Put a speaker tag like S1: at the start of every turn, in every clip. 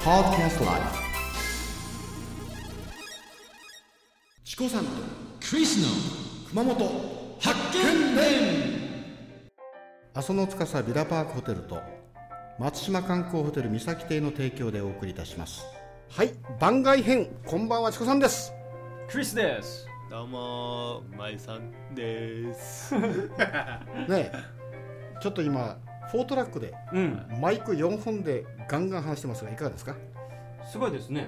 S1: Podcast Live チコさんと
S2: クリスの
S1: 熊本
S2: 発見伝
S1: 阿蘇の司ビラパークホテルと松島観光ホテル三崎邸の提供でお送りいたしますはい番外編こんばんはチコさんです
S3: クリスです
S4: どうもー、まいさんです。
S1: ねえ ちょっと今フォートラックで
S3: うん
S1: マイク4本でガンガン話してますがいかがですか
S3: すごいですね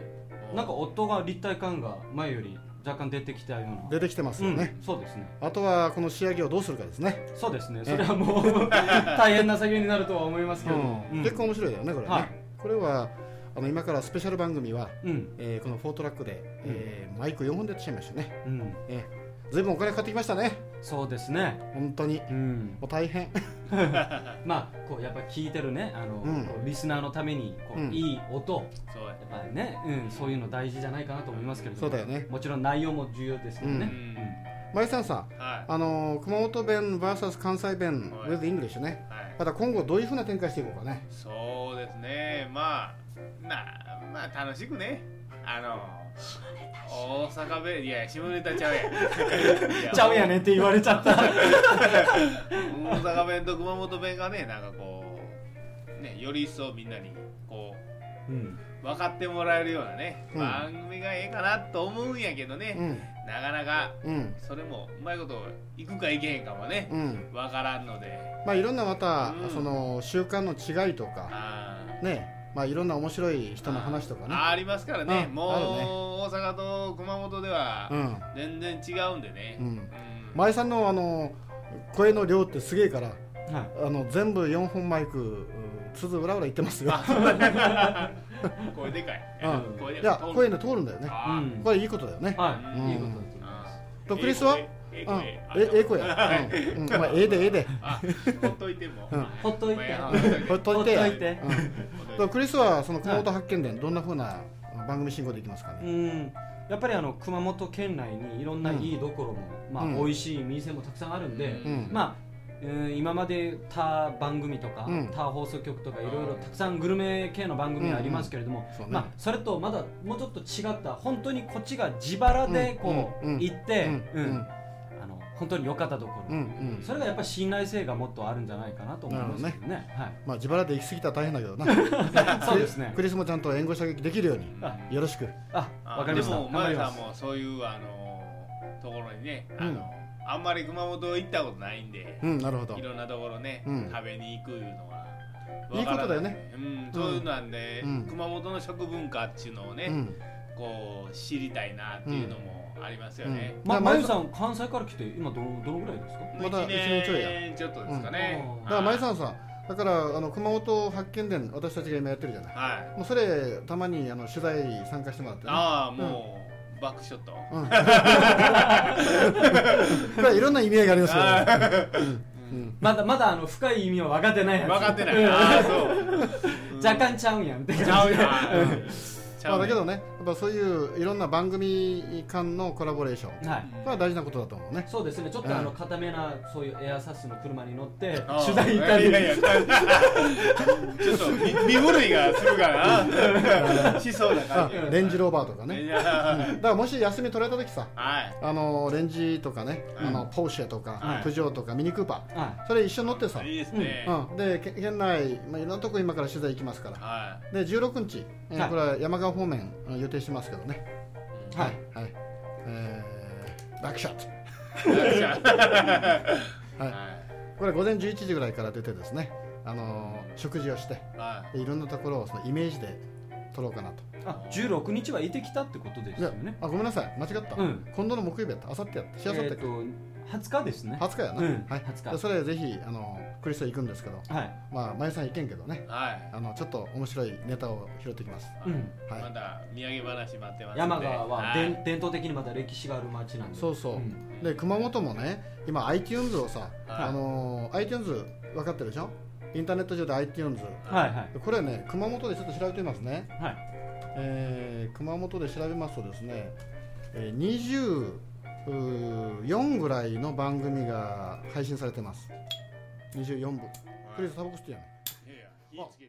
S3: なんか夫が立体感が前より若干出てきたような
S1: 出てきてますよね、
S3: うん、そうですね
S1: あとはこの仕上げをどうするかですね、
S3: そうですねそれはも う大変な作業になるとは思いますけれども、うん
S1: 結構面白いだよねこれね、
S3: はい
S1: これはあの今からスペシャル番組は、
S3: うん
S1: えーこのフォートラックで、えーマイク4本でやってしまいましたね、
S3: うん
S1: えー、ずいぶんお金かかってきましたね
S3: そうですね
S1: 本当に
S3: うん
S1: もう大変
S3: まあこうやっぱ聞いてるねあの、
S1: うん
S3: こうリスナーのためにこう、
S1: うん
S3: いい音
S4: そうや
S3: やっぱりね、うん、そういうの大事じゃないかなと思いますけれども
S1: そうだよね
S3: もちろん内容も重要ですけどね、
S1: うまゆさんさん
S4: は
S1: あのー熊本弁 VS 関西弁
S4: はい
S1: with English ね
S4: い。はい。
S1: また今後どういうふうな展開していこうかね
S4: そうですね、まあ、なまあ、楽しくね。あの、大阪弁、いや、下ネタちゃうやんい や。
S3: ちゃうやねって言われちゃった
S4: 大阪弁と熊本弁がね、なんかこう、ね、より一層みんなに、こ
S3: うん
S4: う、分かってもらえるようなね、
S1: うん
S4: 番組がええかなと思うんやけどね、なかなか、
S1: うんうん
S4: それも、うまいこと、行くか行けへんかもね、
S1: うん
S4: 分からんので、
S1: まあいろんなまた、
S4: うん
S1: その習慣の違いとか
S4: あー
S1: ねまあいろんな面白い人の話とかね
S4: あありますからね、
S1: うん
S4: もう
S1: あるね
S4: 大阪と熊本で
S1: う
S4: は
S1: ん
S4: 全然違うんでね、
S1: う
S4: うんん
S1: 前さんのあの声の量ってすげえから
S3: はい
S1: あの全部4本マイクうんつづうらうら言ってますよ
S4: あ、そうなんだ声でかい、
S1: うん
S4: 声で
S1: いや
S4: かい
S1: 声の通るんだよね
S4: あー
S3: うん
S1: これいいことだよね
S3: はい、
S1: うん
S3: いいことだと思います
S4: あー
S1: とクリスは
S4: ええ
S1: うん
S4: 声
S1: え
S4: え
S1: え
S4: え
S1: え子
S4: 声
S1: やうんうんまあええでええで
S4: あほっといても、
S1: うん
S3: ほっといて
S4: まあほっといて
S1: ほっといて
S3: ほっといて
S1: うんだからクリスはその熊本発見伝どんな風な番組進行でいきますか
S3: う
S1: ね。
S3: ん、やっぱりあの熊本県内にいろんな
S1: うん
S3: いいどころも、まあ、
S1: うん
S3: 美味しい店もたくさんあるんで、
S4: うん
S3: まあ、うん今まで他番組とか、
S1: うん
S3: 他放送局とかいろいろたくさんグルメ系の番組ありますけれども、
S1: そうね
S3: まあ、それとまだもうちょっと違った本当にこっちが自腹でこう、
S1: うんうん
S3: 行って、うんあの本当に良かったとこ
S1: う
S3: ろ、
S1: んうん
S3: それがやっぱり信頼性がもっとあるんじゃないかなと思いますけどね
S1: まあ自腹で行き過ぎたら大変だけどな。
S3: はい、そうですね
S1: クリスもちゃんと援護射撃できるように
S3: あ
S1: よろしく。
S3: あ
S4: あ
S3: わかりました
S4: でも
S3: 頑張
S4: 前
S3: り
S4: さ
S3: ま
S4: ん
S3: す
S4: もそういうあのーところにね、あ
S1: うん
S4: のあんまり熊本行ったことないんで、
S1: うんなるほど
S4: い。ろんなところね、
S1: うん
S4: 食べに行くいうのは。
S1: いいことだよね
S4: わからない。うん、そういうなんで、
S1: うん
S4: 熊本の食文化っていうのをね、
S1: うん。
S4: こう知りたいなっていうのもありますよね。
S3: ま、
S1: だから
S3: まゆさん関西から来て今どのどのぐらいですか
S1: まだ
S4: 一年ちょいやちょっとですかね。
S3: うん
S1: だから前
S4: ん。
S1: さんさだからあの熊本発見伝私たちが今やってるじゃない。
S4: はい。
S1: もうそれたまにあの取材参加してもらってね。
S4: ああ、もう、バックショット。
S1: これはいろんな意味合いがありますからね。
S3: まだまだあの深い意味は分かってないやつ
S4: 分かってな
S3: う
S4: い。
S3: ん
S4: ああ、そう。
S3: 若干ちゃうんやんって
S4: ち
S3: 感
S4: ゃ
S3: じ
S4: う
S3: で
S4: やん。ち
S1: ま
S4: ゃ
S1: あ
S4: う
S1: だけ
S4: や
S1: ど
S4: ん
S1: ね、やっぱそういういろんな番組間のコラボレーション、こ
S3: はい
S1: れは大事なことだと思うね。
S3: そうですねちょっ
S1: う
S3: と
S1: ん
S3: あの固めなそういうエアサスの車に乗って
S4: ああ
S3: 取材行ったり
S4: いやいやいや、ちょっと身身震いがするからな。しそうな
S1: あ
S4: 感じ。
S1: レンジローバーとか
S4: い
S1: ね。だ
S4: や
S1: からもし休み取れた時さ、
S4: はい。
S1: あのレンジとかね、
S4: はい
S1: あのポーシェとか、
S3: はい
S1: プジョーとかミニクーパ
S3: は
S1: ー、それ一緒に乗ってさ、
S4: いいですね。
S1: うん、でけ県内、まあ、いろんなとこ今から取材行きますから、
S4: は
S1: で16日、えー
S3: はい
S1: これは山川方面、うん予定してますけどね、
S3: いはい
S1: はいはいえー、バックショット、
S4: い。はい。
S1: これ午前11時ぐらいから出てですね、あのー食事をして、
S4: は
S1: でいろんなところをそのイメージで撮ろうかなと。
S3: あ16日はいてきたってことで
S1: い
S3: す
S1: や
S3: よね
S1: あごめんなさい、間違った、
S3: うん
S1: 今度の木曜日やった、あさってやった、しあさっ
S3: え
S1: て
S3: っと20日ですね
S1: 20日やな、
S3: うん
S1: はい、
S3: 20日
S1: でそれぜひあのクリスは行くんですけど、
S3: はい
S1: まあ、まゆさん行けんけどね
S4: い。はい。
S1: あのちょっと面白いネタを拾ってきます
S3: うん
S1: はい
S4: まだ土産話待ってますんで。
S3: 山川は
S4: はい
S3: 伝伝統的にまた歴史がある町なんで
S1: そうそう、
S3: ん
S1: で熊本もね今 iTunes をさ、
S4: はい
S1: あの iTunes 分かってるでしょインターネット上で iTunes
S3: はいはい
S1: これね熊本でちょっと調べてみますね、
S3: はい
S1: えー熊本で調べますとですね、えー24ぐらいの番組が配信されてます24部クリスタバコ吸ってんやん
S4: いやいや火つけ